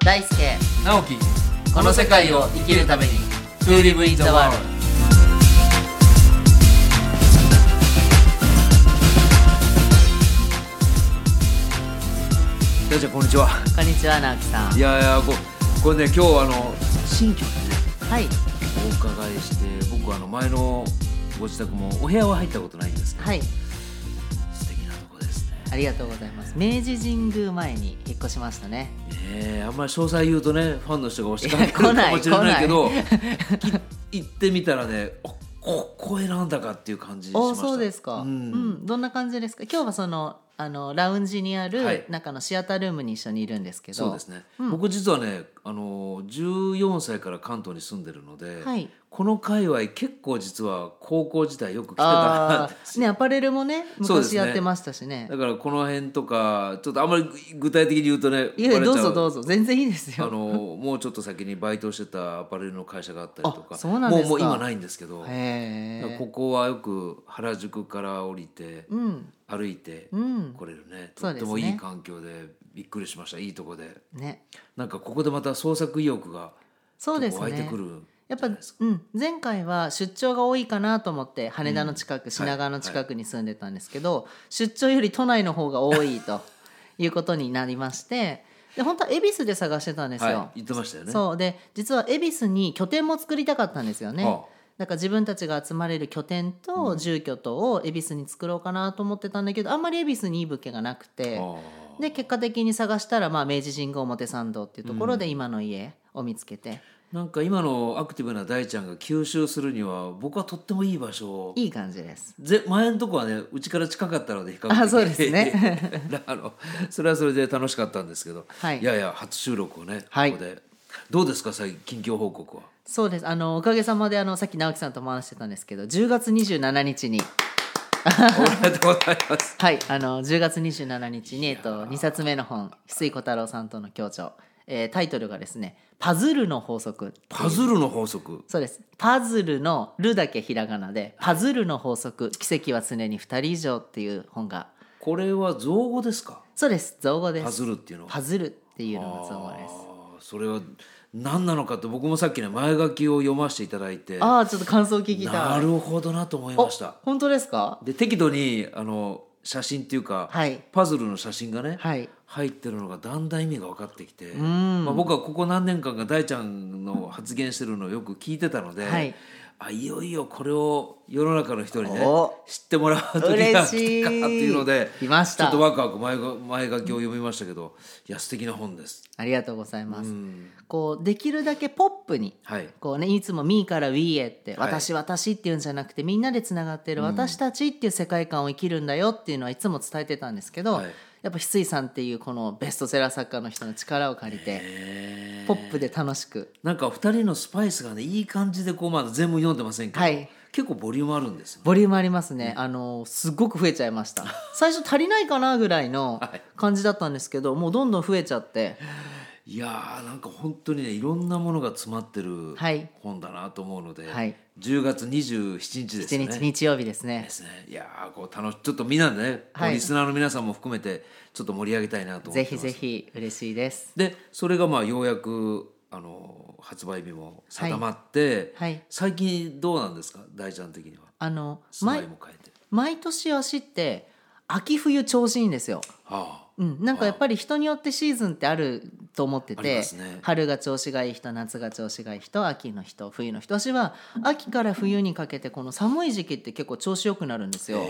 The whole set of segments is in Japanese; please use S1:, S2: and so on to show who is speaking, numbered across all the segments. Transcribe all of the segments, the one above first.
S1: 大輔
S2: 直樹
S1: この世界を生きるために
S2: To live in the world 大ちゃんこんにちは
S1: こんにちは直樹さん
S2: いやいやここれね今日あの新居にね
S1: はい
S2: お伺いして僕あの前のご自宅もお部屋は入ったことないんですけど、
S1: はい
S2: 素敵なとこですね
S1: ありがとうございます明治神宮前に引っ越しましたね
S2: ええあんまり詳細言うとねファンの人が押して
S1: いや来
S2: くる
S1: ない
S2: かもしれないけど
S1: 来
S2: き行ってみたらねおここ選んだかっていう感じしま
S1: お
S2: した
S1: そうですか、う
S2: うんん
S1: どんな感じですか今日はそのあのラウンジにあ
S2: はい
S1: る中のシアタールームに一緒にいるんですけど、
S2: そうですね、僕実はねあの14歳から関東に住んでるので、
S1: はい
S2: この界隈結構実は高校時代よく来てた
S1: あ
S2: な
S1: あねアパレルもね
S2: そうで
S1: 昔
S2: すね
S1: やってましたしね
S2: だからこの辺とかちょっとあんまり具体的に言うとね
S1: いやいやどうぞ
S2: う
S1: どうぞ全然いいです
S2: あ
S1: よ
S2: のもうちょっと先にバイトしてたアパレルの会社があったりとか
S1: あそうなんですか
S2: もうもう今ないんですけど
S1: へ
S2: だから
S1: え
S2: ここはよく原宿から降りて、
S1: うん
S2: 歩いて
S1: うん
S2: 来れるね、
S1: そ
S2: と
S1: う
S2: っ
S1: です
S2: て
S1: ね
S2: もいい環境でびっくりしましたいいとこで
S1: ね
S2: なんかここでまた創作意欲が
S1: そうです
S2: ちょっと湧い
S1: ね
S2: てくる
S1: やっぱ、うん、前回は出張が多いかなと思って羽田の近く、品川の近くに住んでたんですけど、出張より都内の方が多い ということになりましてで本当は恵比寿で探してたんですよ。
S2: はい、言ってましたよね
S1: そうで実は恵比寿に拠点も作りたかったんですよね。
S2: はあ
S1: だから自分たちが集まれる拠点と住居とを恵比寿に作ろうかなと思ってたんだけどあんまり恵比寿にいい物件がなくて。
S2: ああ
S1: で結果的に探したら、まあ、明治神宮表参道っていうところで今の家を見つけて、
S2: なんか今のアクティブな大ちゃんが吸収するには僕はとってもいい場所を
S1: いい感じです
S2: ぜ前のとこはねうちから近かったので比較的
S1: あそうですね
S2: あのそれはそれで楽しかったんですけど、
S1: はい
S2: やいや初収録をね、
S1: はい
S2: ここでどうですか最近近況報告は
S1: そうですあのおかげさまであのさっき直樹さんとも話してたんですけど10月27日に
S2: おめでとうございます
S1: はいあの10月27日に、えっと、2冊目の本翡翠小太郎さんとの協調、えータイトルがですね「パズルの法則」
S2: パズルの法則
S1: そうですパズルの「る」だけひらがなで「パズルの法則奇跡は常に2人以上」っていう本が
S2: これは造語ですか
S1: そうです造語です
S2: パズルっていうのは
S1: パズルっていうのが造語です
S2: あーそれは何なのかって僕もさっきね前書きを読ませていただいて
S1: ああちょっと感想聞きたい
S2: なるほどなと思いました
S1: お本当ですか
S2: で適度にあの写真っていうか、
S1: はい
S2: パズルの写真がね、
S1: はい
S2: 入ってるのがだんだん意味が分かってきて、まあ、僕はここ何年間か大ちゃんの発言してるのをよく聞いてたので、
S1: はい
S2: あいよいよこれを世の中の人にね
S1: お
S2: 知ってもらう時が
S1: 嬉し
S2: 来
S1: い
S2: たかっていうので
S1: 来ました
S2: ちょっとワクワク前が前書きを読みましたけどいや素敵な本です。
S1: ありがとうございます。こうできるだけポップに、
S2: はい
S1: こうねいつも「ミーから「we」へって「
S2: はい
S1: 私私」っていうんじゃなくてみんなでつながってる私たちっていう世界観を生きるんだよっていうのはいつも伝えてたんですけど、
S2: はい
S1: やっぱ翡翠さんっていうこのベストセラー作家の人の力を借りて
S2: えー
S1: ポップで楽しく
S2: なんか二人のスパイスがねいい感じでこうまだ全部読んでませんけど、
S1: はい
S2: 結構ボリュームあるんですよ
S1: ボリュームありますね、あのすっごく増えちゃいました 最初足りないかなぐらいの感じだったんですけどもうどんどん増えちゃって
S2: いやーなんか本当にねいろんなものが詰まってる
S1: はい
S2: 本だなと思うので、
S1: はい
S2: 10月27日です
S1: 1
S2: よね。
S1: 日日曜日ですね
S2: ですね。いやーこう楽しちょっとみんなでね、こう
S1: はい
S2: リスナーの皆さんも含めてちょっと盛り上げたいなと思って
S1: ぜ
S2: ます。
S1: ひぜひ嬉しいです
S2: でそれがまあようやくあの発売日も定まって、
S1: はいはい
S2: 最近どうなんですか大ちゃん的には。
S1: あの
S2: 住ま
S1: 毎
S2: いも変えて。
S1: 毎年足って秋冬調子いいんですよ、
S2: はあ。
S1: うん、なんかやっぱり人によってシーズンってあると思って
S2: あり
S1: て、
S2: ますね
S1: 春が調子がいい人夏が調子がいい人秋の人冬の人私は秋から冬にかけてこの寒い時期って結構調子よくなるんですよ。
S2: へ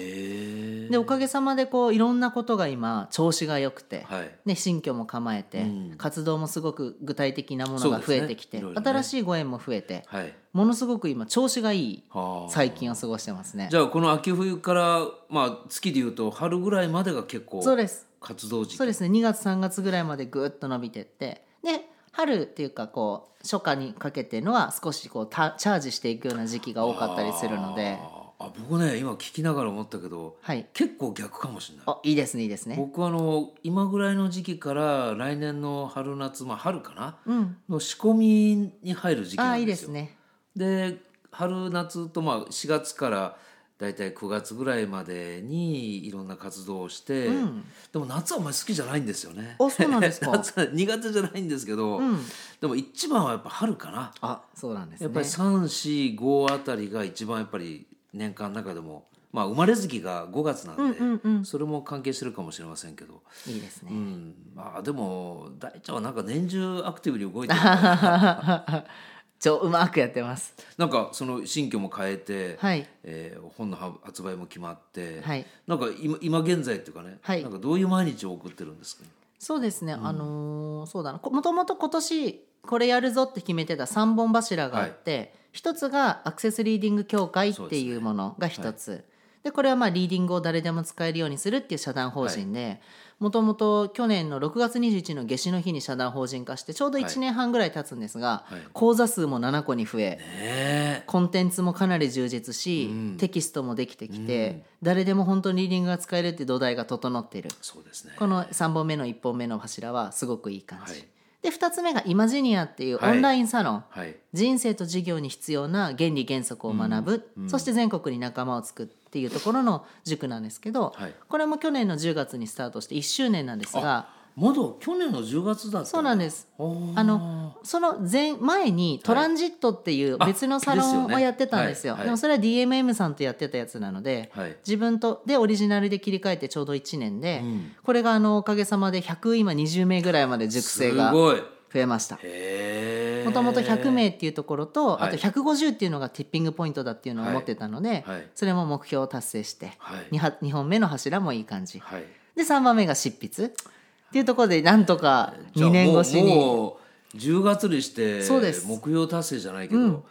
S2: え。
S1: でおかげさまでこういろんなことが今調子が良くて、
S2: はい。
S1: ね、新居も構えて、活動もすごく具体的なものが増えてきて、
S2: そうですねいろいろね
S1: 新しいご縁も増えて
S2: はい。
S1: ものすごく今調子がいい
S2: はあ。
S1: 最近を過ごしてますね
S2: じ。ゃあこの秋冬からまあ月でいうと春ぐらいまでが結構
S1: そうです
S2: 活動時期
S1: そうですね2月3月ぐらいまでぐっと伸びてってで春っていうかこう初夏にかけてのは少しこうたチャージしていくような時期が多かったりするので
S2: あーあ僕ね今聞きながら思ったけど
S1: はい
S2: 結構逆かもしれない
S1: おいいですねいいですね
S2: 僕はあの今ぐらいの時期から来年の春夏まあ春かな、
S1: うん
S2: の仕込みに入る時期
S1: あ
S2: な
S1: あいい
S2: んで
S1: ですす
S2: よ
S1: ね
S2: で春夏とまあ4月から大体9月ぐらいまでにいろんな活動をして、
S1: うん
S2: でも夏はあんまり好きじゃないんですよね。
S1: あそうなんですか
S2: 夏は苦手じゃないんですけど、
S1: ん
S2: でも一番はやっぱ春かな。
S1: あそうなんですね
S2: やっぱり345あたりが一番やっぱり年間の中でも、まあ、生まれ月が5月なんで、
S1: うんうん
S2: それも関係してるかもしれませんけど、
S1: いいですね、
S2: うん、まあでも大ちゃんはなんか年中アクティブに動 いてるから
S1: ちょうまくやってます
S2: なんかその新居も変えて、
S1: はい
S2: えー本の発売も決まって、
S1: はい
S2: なんか今今現在っていうかね、
S1: はい
S2: なんかどういう毎日を送ってるんですか、
S1: そうですね、あのーそうだなこもともと今年これやるぞって決めてた3本柱があって、一つがアクセスリーディング協会っていうものが一つで,、これはまあリーディングを誰でも使えるようにするっていう社団法人でもともと去年の6月21日の夏至の日に社団法人化してちょうど1年半ぐらい経つんですが、
S2: はい
S1: 講座数も7個に増え、
S2: え
S1: コンテンツもかなり充実し、
S2: うん
S1: テキストもできてきて、誰でも本当にリーディングが使えるって土台が整っている。
S2: そうですね
S1: この3本目の1本目の柱はすごくいい感じ、
S2: はい
S1: で2つ目が「イマジニア」っていうオ
S2: はい
S1: ンラインサロン、
S2: はい
S1: 人生と事業に必要な原理原則を学ぶ、そして全国に仲間を作るっていうところの塾なんですけど、
S2: はい
S1: これも去年の10月にスタートして1周年なんですが
S2: まだ去年の10月だった
S1: そうなんです
S2: おー
S1: あのその前前にトランジットっていう
S2: あ
S1: 別のサロ
S2: ですよ
S1: ン
S2: ね
S1: をやってたんですよ,、
S2: はいはい
S1: でもそれは DMM さんとやってたやつなので、
S2: はい
S1: 自分とでオリジナルで切り替えてちょうど1年で、
S2: ん
S1: これがあのおかげさまで100今20名ぐらいまで塾生が
S2: す
S1: 増
S2: ごい
S1: えました
S2: へえ
S1: もともと100名っていうところと、
S2: はい
S1: あと150っていうのがティッピングポイントだっていうのを持ってたので、
S2: はいはい
S1: それも目標を達成して、
S2: はい
S1: には 2, 本目の柱もいい感じ、
S2: はい
S1: で3番目が執筆っていうところでなんとか
S2: じゃあ
S1: 2年越しに。
S2: もうもう10月にして
S1: そうです
S2: 目標達成じゃないけど、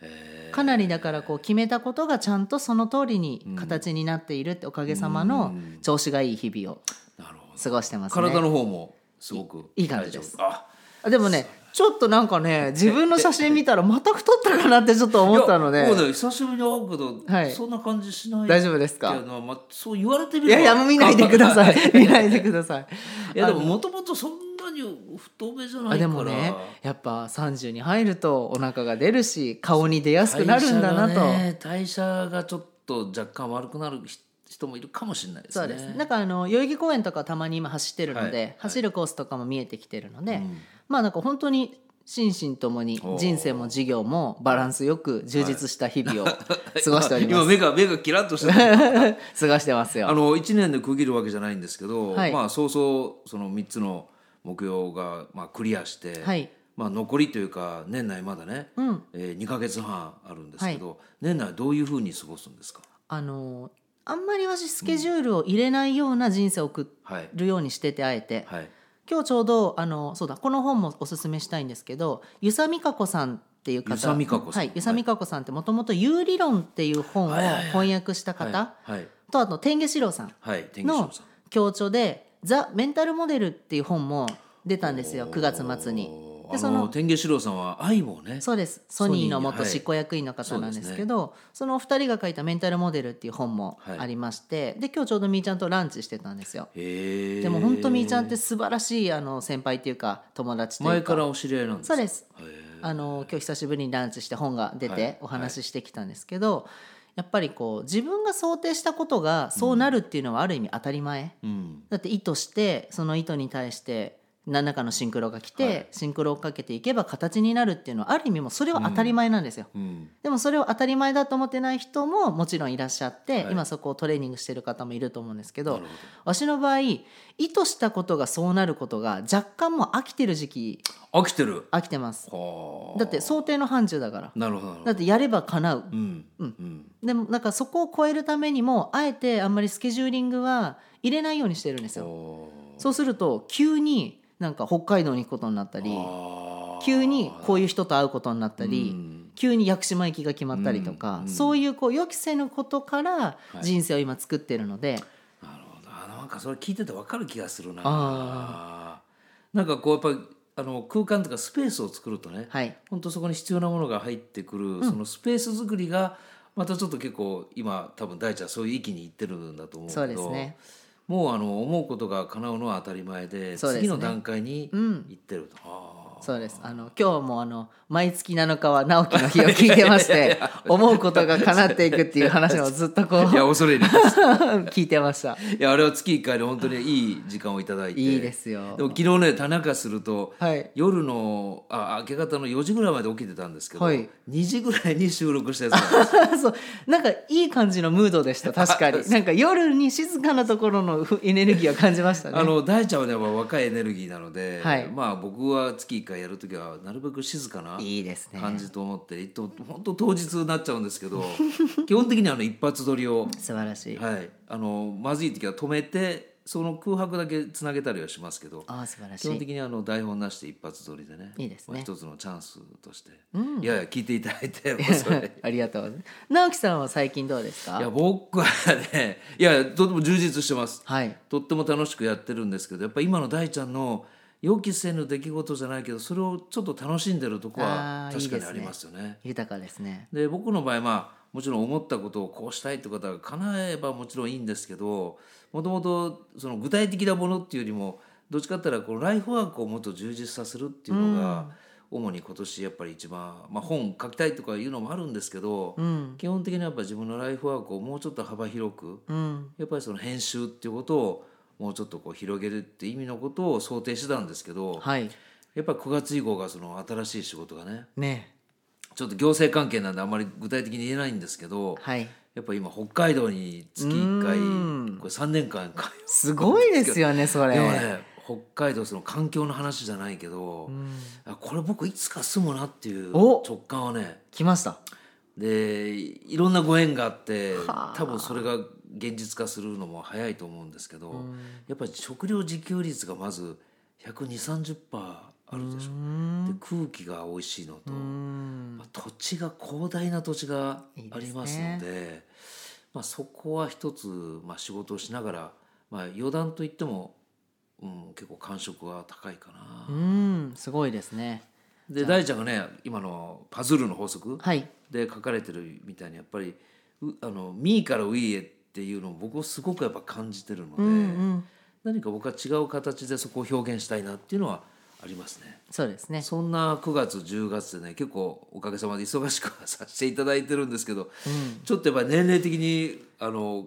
S2: え
S1: かなりだからこう決めたことがちゃんとその通りに形になっているっておかげさまの調子がいい日々を
S2: ーなるほど
S1: 過ごしてますね。
S2: 体の方もすごく
S1: いいい感じです
S2: 大丈夫あ
S1: あでもねちょっとなんかね自分の写真見たらまた太ったかなってちょっと思ったの
S2: いやもう
S1: で
S2: ね久しぶりに会うけど、
S1: はい
S2: そんな感じしない
S1: 大丈夫です
S2: いや
S1: か
S2: まあまあそう言われてみ
S1: い
S2: れ
S1: や
S2: ば
S1: いやもう見ないでくだ さい見ないでください
S2: いやでももともとそんなに太めじゃないから
S1: あでもねやっぱ30に入るとお腹が出るし顔に出やすくなるんだな
S2: 代
S1: と、
S2: 謝がね代謝がちょっと若干悪くなる人人もいるかもしれないですね
S1: そうですね。だからあの代々木公園とかたまに今走ってるので、
S2: はいはい
S1: 走るコースとかも見えてきてるので、まあなんか本当に心身ともに
S2: おー
S1: 人生も事業もバランスよく充実した日 々を過ごしておりま
S2: 今
S1: す。
S2: 目が目がキラッとしてた
S1: 過ごしてます
S2: あ
S1: よ。
S2: の1年で区切るわけじゃないんですけど、
S1: はい
S2: まあそうそうその3つの目標が、まあ、クリアして、
S1: はい
S2: まあ、残りというか年内まだね、
S1: うん
S2: えー、2か月半あるんですけど、年内どういうふうに過ごすんですか、
S1: あのあんまり私スケジュールを入れないような人生を送
S2: はい
S1: るようにしててあえて。
S2: はい、
S1: 今日ちょうどあのそうだこの本もおすすめしたいんですけど遊佐美香子さんっていう方
S2: 遊佐美香子さん
S1: はい、遊佐美香子さんってもともと「有理論」っていう本を
S2: はいはいはい
S1: 翻訳した方、
S2: はいはい
S1: とあと天下四郎さん
S2: はい天気
S1: の
S2: さん
S1: 協調で「ザ・メンタルモデル」っていう本も出たんですよ9月末に
S2: お。ー
S1: で
S2: あ
S1: そ
S2: の
S1: の
S2: 天下四郎さんは愛をね
S1: そうですソニーの
S2: ソニー
S1: 元
S2: はい
S1: 執行役員の方なんですけど、そのお二人が書いた「メンタルモデル」っていう本も
S2: はい
S1: ありまして、で今日ちょうどみーちゃんとランチしてたんですよ。
S2: へえ
S1: でも本当みーちゃんって素晴らしいあの先輩っていうか友達という
S2: 前
S1: か
S2: からお知り合いなんです
S1: そう
S2: か
S1: です
S2: へー
S1: あの今日久しぶりにランチして本が出
S2: は
S1: て
S2: い
S1: お話ししてきたんですけど、やっぱりこう自分が想定したことがそうなるっていうのはある意味当たり前、
S2: うん
S1: だって意図してその意図に対して何らかのシンクロが来て、
S2: はい
S1: シンクロをかけていけば形になるっていうのはある意味もうそれは当たり前なんですよ。
S2: うん
S1: でもそれを当たり前だと思ってない人ももちろんいらっしゃって、
S2: はい
S1: 今そこをトレーニングしてる方もいると思うんですけ
S2: な
S1: ど
S2: るほど
S1: 私の場合意図したことがそうなることが若干もう飽きてる時期
S2: 飽きてる
S1: 飽きてます
S2: はあ
S1: だって想定の範疇だから
S2: なるほどなるほど
S1: だってやれば叶う
S2: うんうん
S1: でもなんかそこを超えるためにもあえてあんまりスケジューリングは入れないようにしてるんですよ
S2: お
S1: そうすると急になんか北海道に行くことになったり
S2: ー
S1: 急にこういう人と会うことになったり、
S2: うん
S1: 急に屋久島行きが決まったりとか、そういうこう予期せぬことから人生を今作ってるので、
S2: なるほどあなんかそれ聞いててわかる気がするな
S1: あ
S2: なんかこうやっぱりあの空間とかスペースを作るとね、
S1: はい
S2: 本当そこに必要なものが入ってくる、そのスペース作りがまたちょっと結構今多分大ちゃんそういう域に行ってるんだと思うけど
S1: そうですね
S2: もうあの思うことが叶うのは当たり前で
S1: そうですね
S2: 次の段階に行ってると、あー
S1: そうですあの今日もあの毎月7日は直樹の日を聞いてま して思うことが叶っていくっていう話をずっとこう
S2: いや恐れ入ります
S1: 聞いてました
S2: いやあれは月1回で本当にいい時間をいただいて
S1: いいですよ
S2: でも昨日ね田中すると、
S1: はい
S2: 夜のあ明け方の4時ぐらいまで起きてたんですけど、
S1: はい
S2: 2時ぐらいに収録したやつなんです
S1: そうなんかいい感じのムードでした確か になんか夜に静かなところのふエネルギーを感じましたね
S2: あの大ちゃんはねやっぱ若いエネルギーなので、
S1: はい
S2: まあ僕は月1回やるときはなるべく静かない
S1: いですね
S2: 感じと思って、いつも本当当日になっちゃうんで すけど基本的にはあの一発撮りを、
S1: 素晴らしい、
S2: はい、あのまずい時は止めてその空白だけつなげたりはしますけど
S1: ああ素晴らし
S2: 基本
S1: い
S2: 的にあの台本なしで一発撮りでね
S1: いいですね
S2: まあ、一つのチャンスとして、いやいや聞いていただいて恐れ
S1: ありがとうございます直樹さんは最近どうです
S2: いや
S1: か
S2: 僕はねいやとても充実してます
S1: はい
S2: とっても楽しくやってるんですけどやっぱ今の大ちゃんの予期せぬ出来事じゃないけどそれをちょっと楽しんでるとこは
S1: あー
S2: 確か
S1: いいで
S2: に
S1: す
S2: あ
S1: ね
S2: りますよね。で
S1: 豊かですね
S2: 僕の場合まあもちろん思ったことをこうしたいって方が叶えばもちろんいいんですけどもともとその具体的なものっていうよりもどっちかって言ったらこうライフワークをもっと充実させるっていうのが主に今年やっぱり一番、まあ、本書きたいとかいうのもあるんですけど、基本的にはやっぱり自分のライフワークをもうちょっと幅広く
S1: うん
S2: やっぱりその編集っていうことをもうちょっとこう広げるって意味のことを想定してたんですけど、
S1: はい
S2: やっぱり9月以降がその新しい仕事がね
S1: ね
S2: ちょっと行政関係なんであんまり具体的に言えないんですけど、
S1: はい
S2: やっぱ今北海道に月1回
S1: うん
S2: これ3年間通
S1: すごいですよねそ
S2: で
S1: れ
S2: もね北海道その環境の話じゃないけど、あこれ僕いつか住むなっていう
S1: お
S2: 直感はね
S1: 来ました
S2: でいろんなご縁があって多分それが現実化するのも早いと思うんですけど、やっぱり食料自給率がまず12030%あるでしょ、で空気が美味しいの
S1: う
S2: と、
S1: ん
S2: まあ土地が広大な土地がありますのでまあ、そこは一つ、まあ、仕事をしながら、まあ、余談といっても、うん、結構感触は高いか
S1: う
S2: な。
S1: んすごいですね
S2: で大ちゃんがね今のパズルの法則、
S1: はい
S2: で書かれてるみたいにやっぱり「うあのミーからウィーへ」っていうのを僕はすごくやっぱ感じてるので、
S1: うん
S2: 何か僕は違う形でそこを表現したいなっていうのはありますね。
S1: そうですね
S2: そんな9月10月でね結構おかげさまで忙しくはさせていただいてるんですけど、ちょっとやっぱり年齢的にあの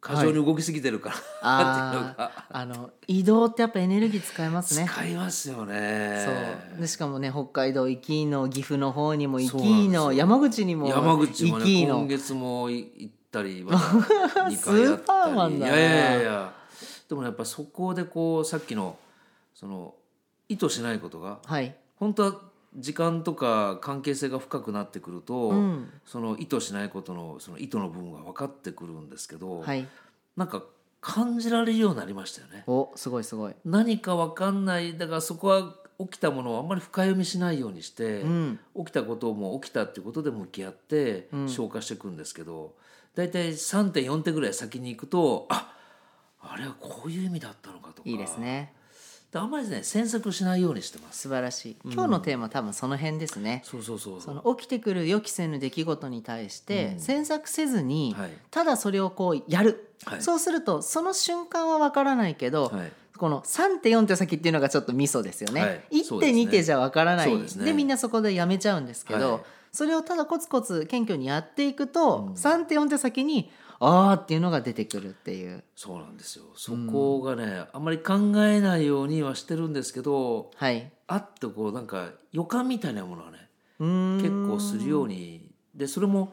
S2: 過剰に動きすぎてるから、
S1: あああの移動ってやっぱエネルギー使えますね
S2: 使いますよね。
S1: そうでしかもね北海道行きの岐阜の方にも行
S2: そうなん
S1: き
S2: ですよ
S1: の山口にも
S2: 山口も
S1: 行
S2: ね
S1: き
S2: 今
S1: の
S2: 月もい行ったりま た二回やったり
S1: スーパーマンだない
S2: やいやいやいやでもねやっぱそこでこうさっきのその意図しないことが
S1: はい
S2: 本当は時間とか関係性が深くなってくると、
S1: うん
S2: その意図しないことのその意図の部分が分かってくるんですけど、
S1: はい
S2: なんか感じられるようになりましたよね。
S1: おすごいすごい
S2: 何か分かんないだからそこは起きたものをあんまり深読みしないようにして、
S1: うん
S2: 起きたことをもう起きたっていうことで向き合って
S1: うん
S2: 消化していくんですけど、大体3.4手ぐらい先に行くとああれはこういう意味だったのかとか
S1: いいですね
S2: であんまりね詮索しないようにしてます
S1: 素晴らしい今日のテーマ多分その辺ですね、
S2: そうそうそう
S1: その起きてくる予期せぬ出来事に対して詮索せずに、
S2: はい
S1: ただそれをこうやる、
S2: はい
S1: そうするとその瞬間は分からないけど、
S2: はい
S1: この3手4手先っていうのがちょっとミソですよね、
S2: はいそ
S1: 1
S2: う
S1: 手
S2: ですね
S1: 2手じゃ分からない
S2: そ
S1: で,、
S2: うですね
S1: みんなそこでやめちゃうんですけど、
S2: はい
S1: それをただコツコツ謙虚にやっていくと、3手4手先に「あー」っていうのが出てくるっていう
S2: そうなんですよそこがね、あんまり考えないようにはしてるんですけど
S1: はい
S2: あっとこうなんか予感みたいなものはね
S1: うーん
S2: 結構するようにでそれも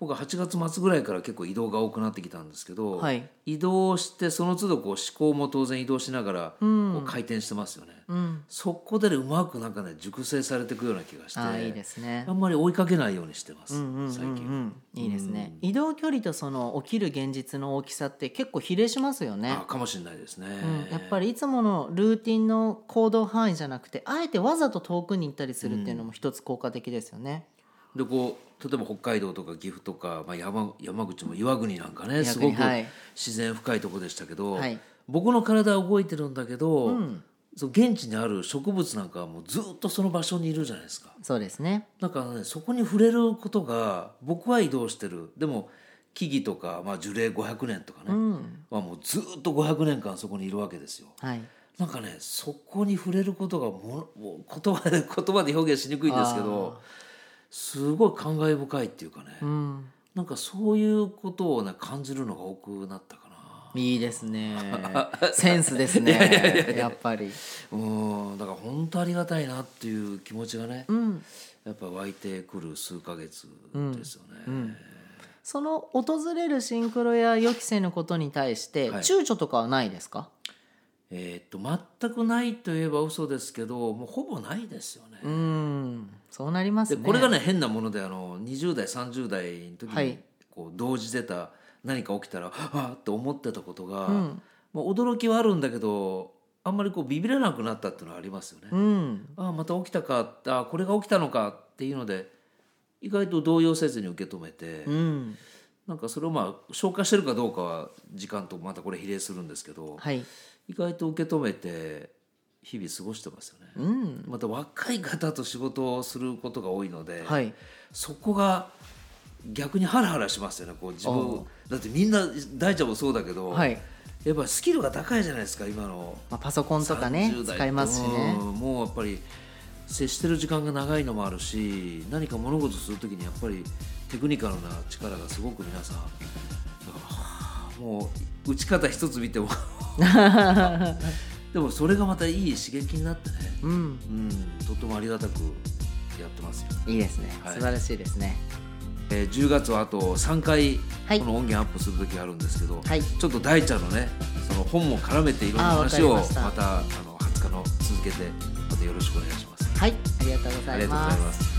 S2: 僕は8月末ぐらいから結構移動が多くなってきたんですけど、
S1: はい
S2: 移動してその都度こう思考も当然移動しながらこう回転してますよね、
S1: うん
S2: そこでねうまくなんかね熟成されていくような気がして
S1: あーいいですね
S2: あんまり追いかけないようにしてます、最近、
S1: うんいいですね、移動距離とその起きる現実の大きさって結構比例しますよね
S2: あ、かもしれないですね、
S1: うん、やっぱりいつものルーティンの行動範囲じゃなくてあえてわざと遠くに行ったりするっていうのも一つ効果的ですよね、
S2: でこう例えば北海道とか岐阜とか、まあ、山山口も岩国なんかね
S1: 国
S2: すごく
S1: はい
S2: 自然深いとこでしたけど、
S1: はい
S2: 僕の体は動いてるんだけど、その現地にある植物なんかはもうずっとその場所にいるじゃないですか。
S1: そうですね
S2: だからねそこに触れることが僕は移動してるでも木々とか、まあ、樹齢500年とかね、はもうずっと500年間そこにいるわけですよ。
S1: はい
S2: なんかねそこに触れることがものもう言葉で 言葉で表現しにくいんですけどすごい感慨深いっていうかね、
S1: うん、
S2: なんかそういうことをね感じるのが多くなったかない
S1: いです ねセンスですね
S2: いやいやいやいや
S1: っぱり
S2: うんだから本当ありがたいなっていう気持ちがね、
S1: うん
S2: やっぱ湧いてくる数ヶ月ですよね、
S1: その訪れるシンクロや予期せぬことに対して
S2: はい
S1: 躊躇とかはないですか、
S2: えーっと全くないといえば嘘ですけどもうほぼないですよね、
S1: うんそうなります
S2: で
S1: ね
S2: これがね変なものであの20代30代の時
S1: は
S2: に
S1: い
S2: こう同時出た何か起きたらああって思ってたことが、
S1: うん
S2: まあ、驚きはあるんだけどあんまりこうビビらなくなったっていうのはありますよね。
S1: うん
S2: ああまた起きたかああこれが起きたのかっていうので意外と動揺せずに受け止めて、
S1: うん
S2: なんかそれをまあ消化してるかどうかは時間とまたこれ比例するんですけど、
S1: はい
S2: 意外と受け止めて日々過ごしてますよね。
S1: うん
S2: また若い方と仕事をすることが多いので、
S1: はい
S2: そこが逆にハラハラしますよねこう自分だってみんな大ちゃんもそうだけど、
S1: はい、
S2: やっぱスキルが高いじゃないですか今の
S1: まあ、パソコンとかね
S2: 30代
S1: 使いますしね
S2: うんもうやっぱり接してる時間が長いのもあるし何か物事する時にやっぱりテクニカルな力がすごく皆さんだからはあもう打ち方一つ見ても でもそれがまたいい刺激になってね、
S1: うん
S2: うん、とってもありがたくやってますよ、
S1: いいですね、
S2: はい
S1: 素晴らしいですね
S2: えー10月はあと3回
S1: はい
S2: この音源アップする時があるんですけど、
S1: はい
S2: ちょっと大ちゃんのねその本も絡めていろんな
S1: あー
S2: 話を
S1: わ
S2: ま
S1: かりました
S2: たあの20日の続けてまたよろしくお願いします。
S1: はいありがとうご
S2: あ
S1: ざ
S2: り
S1: い
S2: がとう
S1: ま
S2: ござい
S1: す
S2: ます。